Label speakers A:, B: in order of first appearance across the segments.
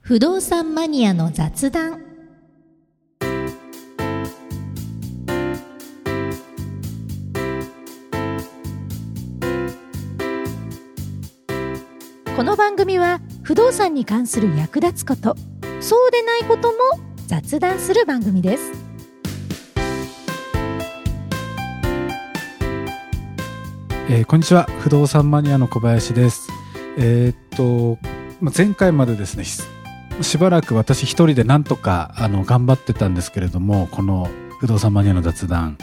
A: 不動産マニアの雑談この番組は不動産に関する役立つことそうでないことも雑談する番組です
B: えーこんにちは不動産マニアの小林ですえーっとまあ前回までですねししばらく私一人でなんとかあの頑張ってたんですけれどもこの不動産マニアの雑談、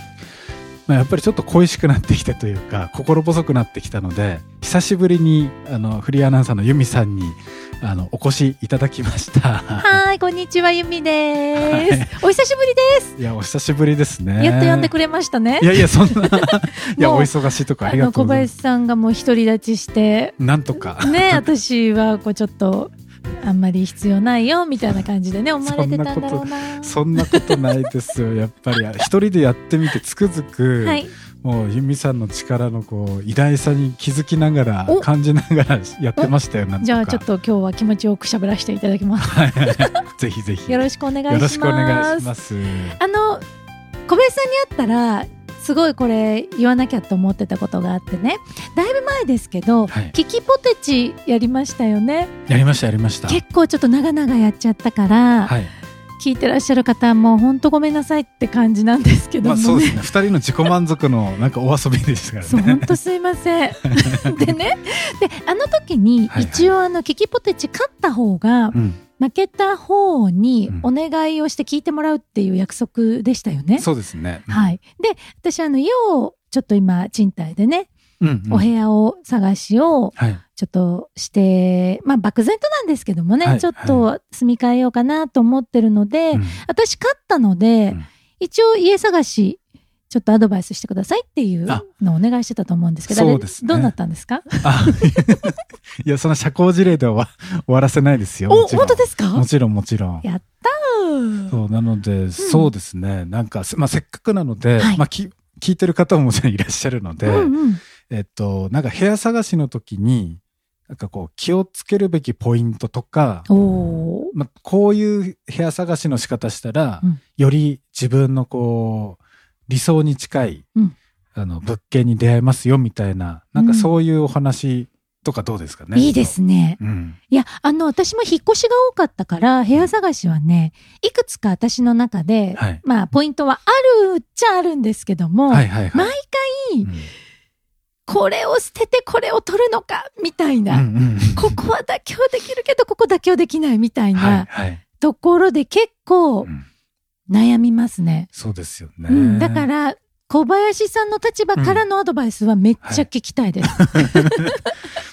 B: まあ、やっぱりちょっと恋しくなってきたというか心細くなってきたので久しぶりにあのフリーアナウンサーの由美さんにあのお越しいただきました
A: はいこんにちはゆみです、お久しぶりで
B: いやお久しぶりですね
A: やっとやんでくれましたね
B: いやいやそん ないや
A: もう
B: お忙しいとこあ
A: あ
B: りが
A: の
B: とう
A: 小
B: ございま
A: 林
B: す
A: さんがもう独り立ちして
B: なんと か
A: ね私はこうちょっとあんまり必要ないよみたいな感じでね思われてたんだろうな
B: そんなことないですよ、やっ ぱり。一人でやってみて、つくづく、
A: はい
B: もう、由美さんの力のこう偉大さに気づきながら
A: お、
B: 感じながらやってましたよ、なんとか。
A: じゃあちょっと今日は気持ちよくしゃべらせていただきます
B: はいはいはいぜひぜひ。
A: よろ
B: し
A: しくお願いします
B: よろしくお願いします。
A: あの小林さんに会ったらすごいこれ言わなきゃと思ってたことがあってねだいぶ前ですけど、
B: はい
A: キキポテチやりましたよね
B: やりました、やりました。
A: 結構ちょっと長々やっちゃったから、
B: はい。
A: 聞いてらっしゃる方はもう本当ごめんなさいって感じなんですけども
B: まあ
A: ね、
B: そうですね、二人の自己満足のなんかお遊びでしたか
A: そう
B: ら
A: 本
B: ね。
A: 当すいま せんでねであの時に
B: はいはい
A: 一応あのキキポテチ勝った方が
B: うん、
A: 負けた方に
B: うん
A: お願いをして聞いてもらうっていう約束でしたよね、
B: そうですね。
A: はいで私あの家をちょっと今賃貸でね、
B: うんうん
A: お部屋を探しを
B: はい。
A: ちょっとしてまあ漠然となんですけどもね、
B: はい
A: ちょっと住み替えようかなと思ってるので、
B: うん
A: 私勝ったので、
B: うん
A: 一応家探しちょっとアドバイスしてくださいっていう
B: あ
A: のをお願いしてたと思うんですけどあれ
B: そうですね
A: どうなったんですか
B: あいや、その社交辞令では終わらせないですよ。
A: お
B: もちろん
A: 本当ですか
B: もちろん、もちろん。
A: やったー
B: そうなので、そうですねなんか、すまあ、せっかくなので、
A: はい
B: まあ、き聞いてる方ももちろんいらっしゃるので、
A: うんうん、
B: えっとなんか部屋探しの時になんかこう気をつけるべきポイントとか、
A: おー
B: まあ、こういう部屋探しの仕方したら、
A: うん
B: より自分のこう理想に近い、
A: うん
B: あの物件に出会えますよみたいななんかそういうお話とかどうですかね。
A: いいで、すね。
B: うん、
A: いや、あの、私も引っ越しが多かったから、部屋探しはね、いくつか私の中で、
B: はい
A: まあ、ポイントはあるっちゃあるんですけども、
B: はいはいはい。
A: 毎回
B: うん
A: これを捨ててこれを取るのか、みたいな、
B: うんうん
A: ここは妥協できるけど、ここ妥協できないみたい
B: はい
A: な
B: はい、
A: ところで結構
B: うん
A: 悩みますね。
B: そうですよね。
A: うん、だから、小林さんの立場からのアドバイスはめっちゃ聞きたいです。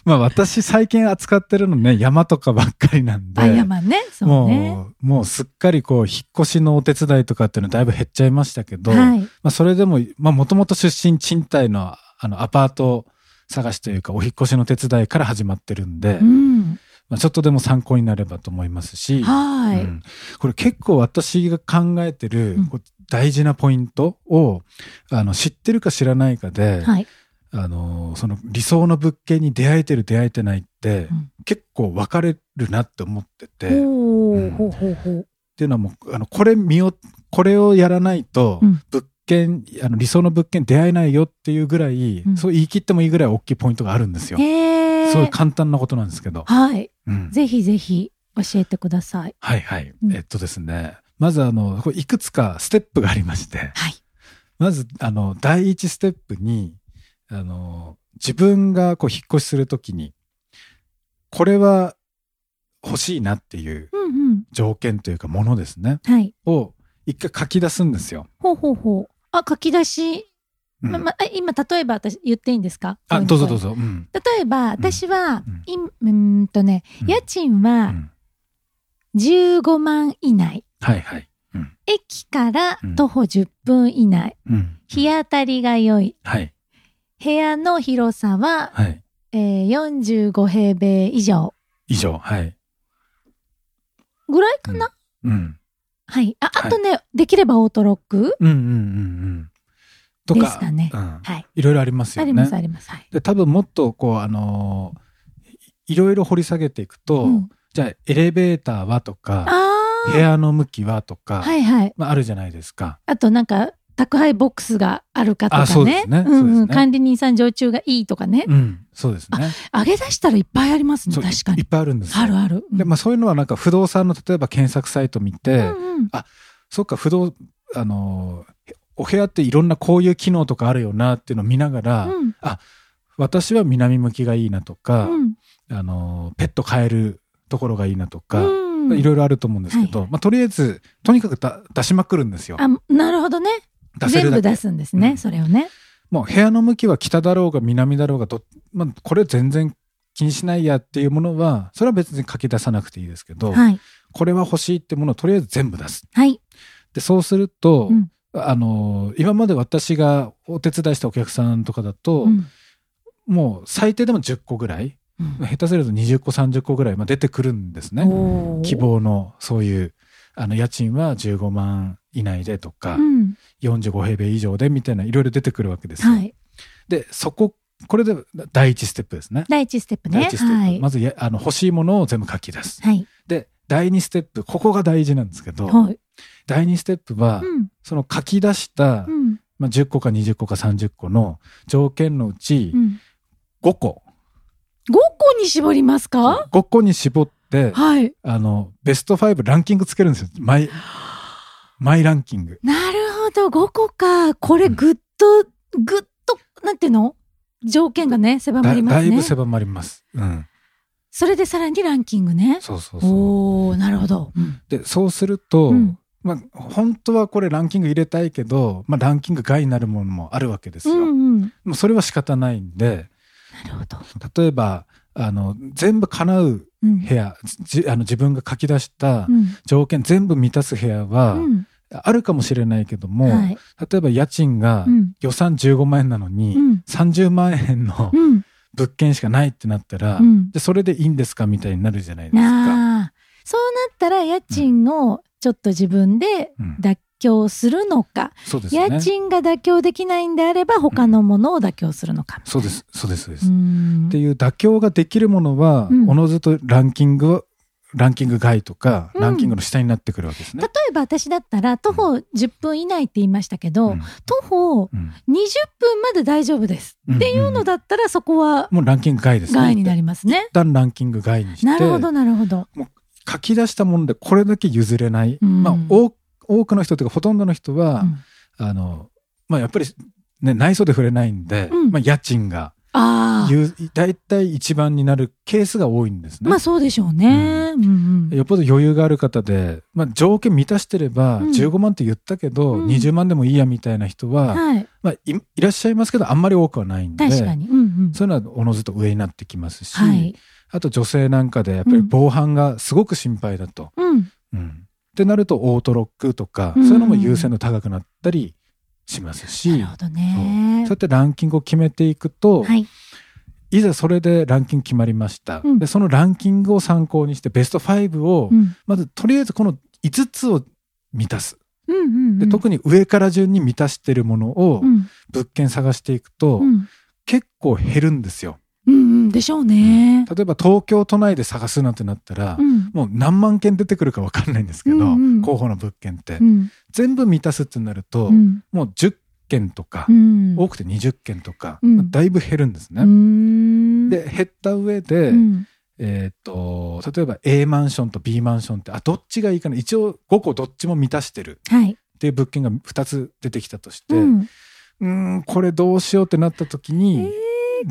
B: まあ私最近扱ってるのね、山とかばっかりなんで。
A: あ、やまね、そうね。
B: もう、もうすっかりこう、引っ越しのお手伝いとかっていうのだいぶ減っちゃいましたけど、
A: はい。
B: まあそれでも、まあもともと出身賃貸のあのアパート探しというか、お引っ越しの手伝いから始まってるんで、
A: うん。
B: まあちょっとでも参考になればと思いますし、
A: は
B: う
A: い。
B: んこれ結構私が考えてる
A: うん
B: こう大事なポイントを、あの知ってるか知らないかで、
A: はい。
B: あのーその理想の物件に出会えてる出会えてないって、
A: うん
B: 結構分かれるなって思ってて、っ
A: お
B: う
A: ー
B: ん
A: ほうほうほう。
B: ていうのはもうあのこれ見よこれをやらないと
A: うん
B: 物件、あの理想の物件出会えないよっていうぐらい、
A: うん
B: そう言い切ってもいいぐらい大きいポイントがあるんですよ。
A: へえ。
B: そういう簡単なことなんですけど。
A: はい。
B: うん
A: ぜひぜひ教えてください。
B: はいはい、
A: うん
B: えっとですねまずあのこれいくつかステップがありまして
A: はい。
B: まずあの第一ステップにあの自分がこう引っ越しするときにこれは欲しいなっていう
A: うんうん。
B: 条件というかものですね
A: はい。
B: を一回書き出すんですよ。
A: ほうほうほう。あ、書き出し。
B: うん
A: ま、ま、あ今、例えば私言っていいんですか
B: あどうぞどう
A: ぞ。
B: ぞ。うん
A: 例えば、私は
B: うん、
A: いんうーんとね、家賃
B: う
A: は
B: ん
A: 15万以内。
B: はいはい。うん
A: 駅から徒歩10分以内。
B: うん
A: 日当たりが良い。
B: はい
A: 部屋の広さは、
B: はい
A: えー、45平米以上
B: 以上はい。
A: ぐらいかな、
B: うん
A: はい。あ、
B: はい
A: あとね、できればオートロック
B: うんうんうんうん。と
A: で
B: か
A: すかね。
B: うん
A: はい。
B: いろいろあります
A: あ
B: よ
A: り
B: ね。
A: ますあります。はい。
B: で多分もっとこうあのーいいろいろ掘り下げていくと、
A: うん
B: じゃあエレベーターはとか、
A: あ
B: 部屋の向きはと
A: あ
B: か、
A: はいはい
B: まあ、あるじゃないですか。
A: あとなんか宅配ボックスがあるかと
B: あそ
A: か
B: うで
A: ね
B: すね
A: うん
B: そう
A: う
B: です
A: ん、
B: ね
A: 管理人さん常駐がいいとかね、
B: うん、そうですね。
A: 上げ出したらいっぱいありますね
B: そう
A: 確か
B: い
A: に
B: っぱいあるんですよ
A: あるある、うん
B: で、まあ、そういうのはなんか不動産の例えば検索サイト見て、
A: うんうん
B: そっか、不動、あのーお部屋っていろんなこういう機能とかあるよなっていうのを見ながら、
A: うん
B: 私は南向きがいいなとか、
A: うん
B: あのーペット飼えるところがいいなとか、
A: うん
B: いろいろあると思うんですけど、
A: はい
B: まあ、とりあえず、とにかくだ出しまくるんですよ。
A: あなるほどね
B: 出せ
A: 全
B: る
A: 部
B: だけ。
A: 出すんですね、
B: うん
A: それをね
B: もう部屋の向きは北だろうが南だろうがど、まあ、これ全然気にしないやっていうものは、それは別に書き出さなくていいですけど、
A: はい
B: これは欲しいってものをとりあえず全部出す。
A: はい
B: で、そうすると、
A: うん
B: あの今まで私がお手伝いしたお客さんとかだと、
A: うん
B: もう最低でも10個ぐらい
A: うん
B: 下手すると20個30個ぐらい、まあ、出てくるんですね
A: おー
B: 希望のそういうあの家賃は15万以内でとか、
A: うん
B: 45平米以上でみたいないろいろ出てくるわけですよ、
A: はい
B: でそここれで第一ステップですね
A: 第一ステップ
B: 第
A: ね
B: 一ステップ、
A: はい
B: まずやあの欲しいものを全部書き出す
A: はい
B: で第二ステップここが大事なんですけど、
A: はい
B: 第二ステップは、
A: うん
B: その書き出した、
A: うん
B: まあ、10個か20個か30個の条件のうち
A: うん
B: 5個、
A: 5個に絞りますか
B: 5個に絞って
A: はい
B: あのベスト5ランキングつけるんですよマイマイランキング
A: なるほど5個かこれ
B: うん
A: ぐっとぐっとなんていうの条件がね狭ま
B: だ
A: りま
B: だ
A: す
B: いぶ
A: ね
B: 狭まります、うん、
A: それでさらにランキングね
B: そうそうそう
A: おおーなるほどうん
B: でそうすると、
A: うん
B: まあ本当はこれランキング入れたいけど、まあ、ランキング外になるものもあるわけです
A: う
B: よ、
A: んうんな
B: もうそれは仕方ないんで
A: るほど
B: 例えばあの全部叶う
A: うん
B: 部屋じあの自分が書き出した
A: うん
B: 条件全部満たす部屋は、
A: うん
B: あるかもしれないけども、
A: はい
B: 例えば家賃が
A: うん
B: 予算15万円なのに、
A: うん
B: 30万円の
A: うん
B: 物件しかないってなったら、
A: うん
B: でそれでいいんですかみたいになるじゃないですか。
A: なあそうなったら家賃をちょっと自分で
B: うん
A: 妥協するのか
B: そうですね。
A: 家賃が妥協できないんであれば他のものを妥協するのか
B: そうです、そうです、そうです。
A: う
B: っ
A: ん
B: ていう妥協ができるものは、
A: うん
B: おのずとランキングは、ランキング外とか、
A: うん
B: ランキングの下になってくるわけです
A: 例
B: ね。
A: えば私だったら徒歩10分以内って言いましたけど、
B: うん
A: 徒歩
B: うん
A: 20分まで大丈夫ですっていうのだったらそこは
B: うんもうランキング外ですね。
A: 害になりますね
B: 一。旦ランキング外にして、
A: なるほどなるほど。
B: 書き出したものでこれだけ譲れない。
A: うん
B: まあ、多多くの人というか、ほとんどの人は、
A: うん
B: あの、まあ、やっぱり、ね、内装で触れないんで、
A: うん
B: まあ、家賃が
A: ああ、
B: ゆ大体一番になるケースが多いんですね。
A: まあそうでしょうね。うんうん
B: よっぽど余裕がある方で、まあ、条件満たしてれば
A: うん
B: 15万って言ったけど、
A: うん
B: 20万でもいいやみたいな人は、
A: はい、
B: まあ、いいらっしゃいますけどあんまり多くはないんで
A: 確かに。うんうん。
B: そういうのはおのずと上になってきますし、
A: はい。
B: あと女性なんかでやっぱり防犯がすごく心配だと。
A: うん。
B: うんってなるとオートロックとか、
A: うん
B: そういうのも優先度高くなったりしますし、
A: なるほどね
B: そうや。ってランキングを決めていくと、
A: はい。
B: い、ざそれでランキング決まりました、
A: うん
B: でそのランキングを参考にしてベスト5を、
A: うん
B: まずとりあえずこの5つを満たす
A: うんうんうん。
B: で特に上から順に満たしてるものを
A: うん
B: 物件探していくと、
A: うん
B: 結構減るんですよ
A: うんうんでしょうね。
B: 例えば東京都内で探すなんてなったら、
A: うん
B: もう何万件出てくるか分かんないんですけど、
A: うんうん
B: 候補の物件って、
A: うん
B: 全部満たすってなると、
A: うん
B: もう10件とか、
A: うん
B: 多くて20件とか、
A: うん
B: まあだいぶ減るんですね。
A: うん
B: で減った上で、
A: うん
B: えーっと例えば A マンションと B マンションってあどっちがいいかな一応5個どっちも満たしてる
A: はい。
B: っていう物件が2つ出てきたとして
A: う
B: うん
A: ん
B: ーんこれどうしようってなった時
A: え
B: に、
A: ー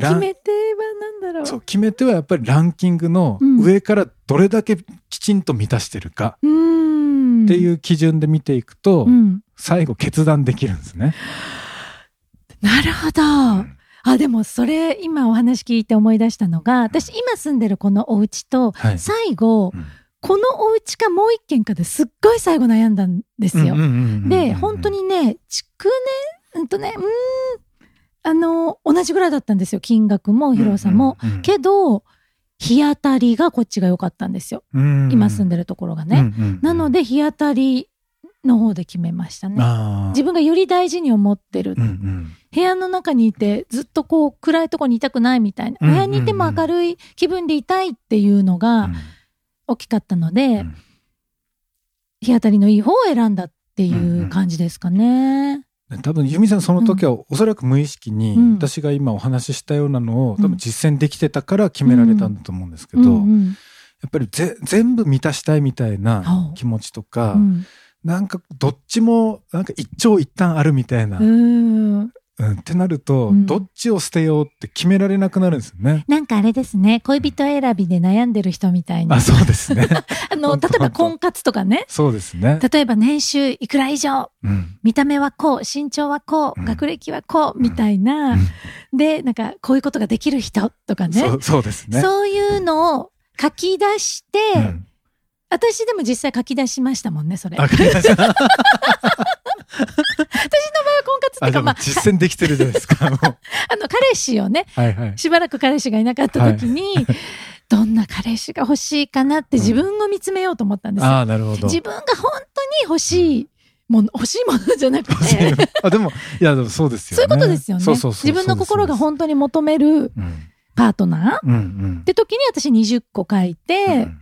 B: ラ
A: 決
B: ン
A: め手はなんだろう。
B: そう決め手はやっぱりランキングの
A: うん
B: 上からどれだけきちんと満たしてるか
A: うーん。
B: って
A: う
B: いう基準で見ていくと、
A: ん。
B: 最後決断できるんですね。
A: なるほど。
B: うん
A: あ、でもそれ今お話聞いて思い出したのが、私今住んでるこのお家と、
B: はい
A: 最後
B: う、ん
A: このお家かもう一軒かですっごい最後悩んだんですよ。
B: うんうんうんうんうん
A: で、本当にね、築年、うんとね、うーん、あの、同じぐらいだったんですよ。金額も広さも。、
B: うんうんうん
A: けど、日当たりがこっちが良かったんですよ。今住ん
B: で
A: でるところがね。なの、で、日当たりの方で決めました
B: う
A: ね
B: ん。あー
A: 自分がより大事に思ってる、
B: うんうん
A: 部屋の中にいてずっとこう暗いとこにいたくないみたいな、
B: うんうんうん
A: 部屋にいても明るい気分でいたいっていうのが、
B: うん
A: 大きかったので、
B: うん
A: 日当たりのいい方を選んだって
B: ん
A: いううん感じですかね。
B: 多分由美さんその時はおそらく無意識に
A: うん
B: 私が今お話ししたようなのを
A: うん
B: 多分実践できてたから決められたんだと思うんですけど、
A: うんうん
B: やっぱりぜ全部満たしたいみたいな気持ちとか、
A: うん
B: なんかどっちもなんか一長一短あるみたいな、
A: う
B: うん
A: ん
B: ってなると、
A: うん
B: どっちを捨てようって決められなくなるんですよね。
A: なんかあれですね恋人選びで悩んでる人みたいな
B: あそうです ね
A: あの
B: 本当
A: 例えば
B: 本当
A: 婚活とかね
B: そうですね。
A: 例えば年収いくら以上
B: うん
A: 見た目はこう身長はこ
B: う
A: うん学歴はこう、みたいな、でなんかこういうことができる人とかね
B: そ
A: そう
B: そうです
A: う
B: ね。
A: いうのを書き出して、
B: うん
A: 私でも実際書き出しましたもんねそれ
B: わかり ました。
A: 婚活ってい
B: あ
A: う
B: で
A: か、
B: も
A: まあ、
B: 実践できてるじゃないですか。もう
A: あの彼氏をね
B: はいは い。
A: しばらく彼氏がいなかった時に、どんな彼氏が欲しいかなって自分を見つめようと思ったんですよ。
B: ああなるほど。
A: 自分が本当に欲しいもの欲しいものじゃなくて、
B: あでもいやでもそうですよ
A: そう
B: ね。
A: いうことですよね
B: そうそうそう
A: 自分の心が本当に求める
B: うん
A: パートナーっ
B: うんうん。
A: て時に私20個書いて、
B: うん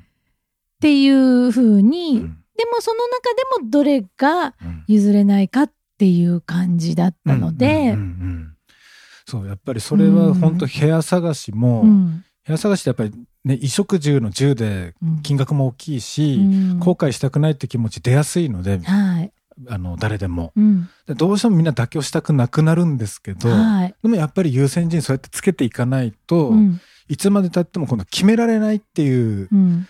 A: っ、ていう風に、
B: うん
A: でもその中でもどれが
B: うん
A: 譲れないかっていう感じだったので
B: うんうんうんうんそうやっぱりそれは本当部屋探しも、
A: うん
B: 部屋探しってやっぱりね衣食住の住で
A: うん
B: 金額も大きいし、
A: うん
B: 後悔したくないって気持ち出やすいので
A: はい、
B: あの誰でも
A: うん
B: でどうしてもみんな妥協したくなくなるんですけど、
A: はい
B: でもやっぱり優先順位そうやってつけていかないと、
A: うん
B: いつまでたっても今度決められないっていう
A: うん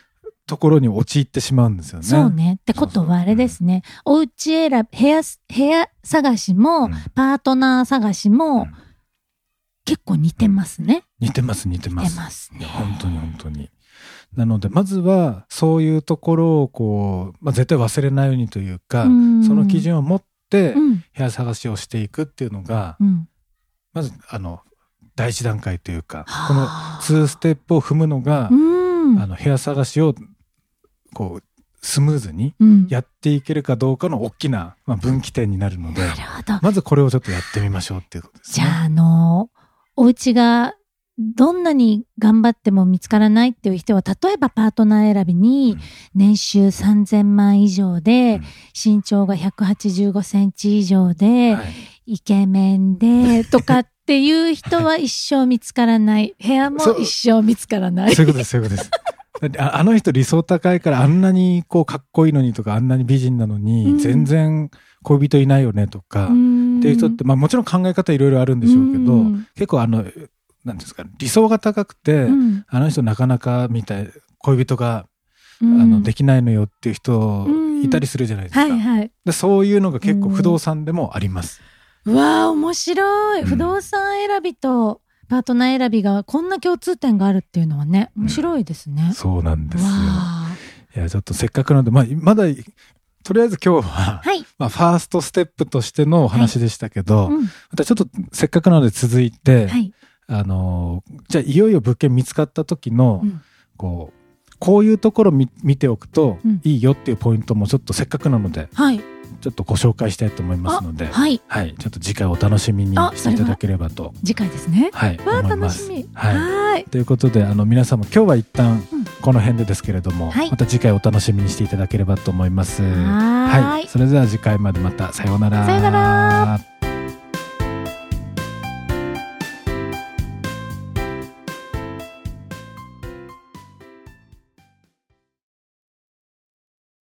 B: ところに陥ってしまうんですよね。
A: そうね。ってことはあれですね。お家選び、部屋、部屋探しも、
B: うん
A: パートナー探し
B: う
A: も
B: ん、
A: 結構似てますね。
B: 似てます似てま
A: 似て
B: す。
A: ます
B: いや
A: ね。
B: 本当に本当に。なのでまずはそういうところをこう、まあ、絶対忘れないようにというか、
A: うん
B: その基準を持って
A: うん。
B: 部屋探しをしていくっていうのが、
A: うん。
B: まずあの第一段階というかこの
A: はあ
B: 2ステップを踏むのが、
A: うん
B: あの部屋探しをこうスムーズに
A: うん。
B: やっていけるかどうかの大きな、まあ、分岐点になるので
A: なるほど。
B: まずこれをちょっとやってみましょうっていうことです
A: じ
B: ね。
A: ゃあ、あの、お家が、どんなに頑張っても見つからないっていう人は、例えばパートナー選びに
B: うん、
A: 年収3000万以上で、身長が185センチ以上で、
B: はい
A: イケメンでとかっていう人は一生見つからない。部屋も
B: そう
A: 一生見つからない。
B: そういうことです、そういうことです。だってああの人理想高いからあんなにこうかっこいいのにとかあんなに美人なの
A: う
B: に
A: ん
B: 全然恋人いないよねとか、
A: ん
B: っていう人って、まあ、もちろん考え方いろいろあるんでしょうけど、
A: うん
B: 結構あのなんていうんですかね理想が高くて、
A: うん
B: あの人なかなかみたい恋人が、
A: うん
B: あのできないのよっていう人いたりするじゃないですか、
A: はいはい。
B: でそういうのが結構不動産でもあります。
A: うわあ、面白い。
B: うん
A: 不動産選びとパートナー選びがこんな共通点があるっていうのはね、面白いですね。
B: そうなんです
A: わ
B: よ
A: あ。
B: いやちょっとせっかくなので、まあ、まだとりあえず今日は
A: はい。
B: まあ、ファーストステップとしてのお話でしたけど、
A: うん
B: またちょっとせっかくなので続いて、
A: はい。
B: あのーじゃあいよいよ物件見つかった時の、
A: うん
B: こうこういうところ見見ておくと
A: うん
B: いいよっていうポイントもちょっとせっかくなので
A: はい。
B: ちょっとご紹介したいと思いますので、はい
A: はい。
B: ちょっと次回お楽しみに
A: あ
B: していただければと、
A: 次回ですね。
B: はい、
A: わあ、
B: 思い
A: 楽
B: ま
A: し
B: す。
A: み。
B: はい
A: はーい。
B: ということであの皆さんも今日は一旦
A: うん
B: この辺でですけれども、
A: はい
B: また次回お楽しみにしていただければと思います。
A: はーい
B: それでは次回までまたさようなら。
A: さようなら。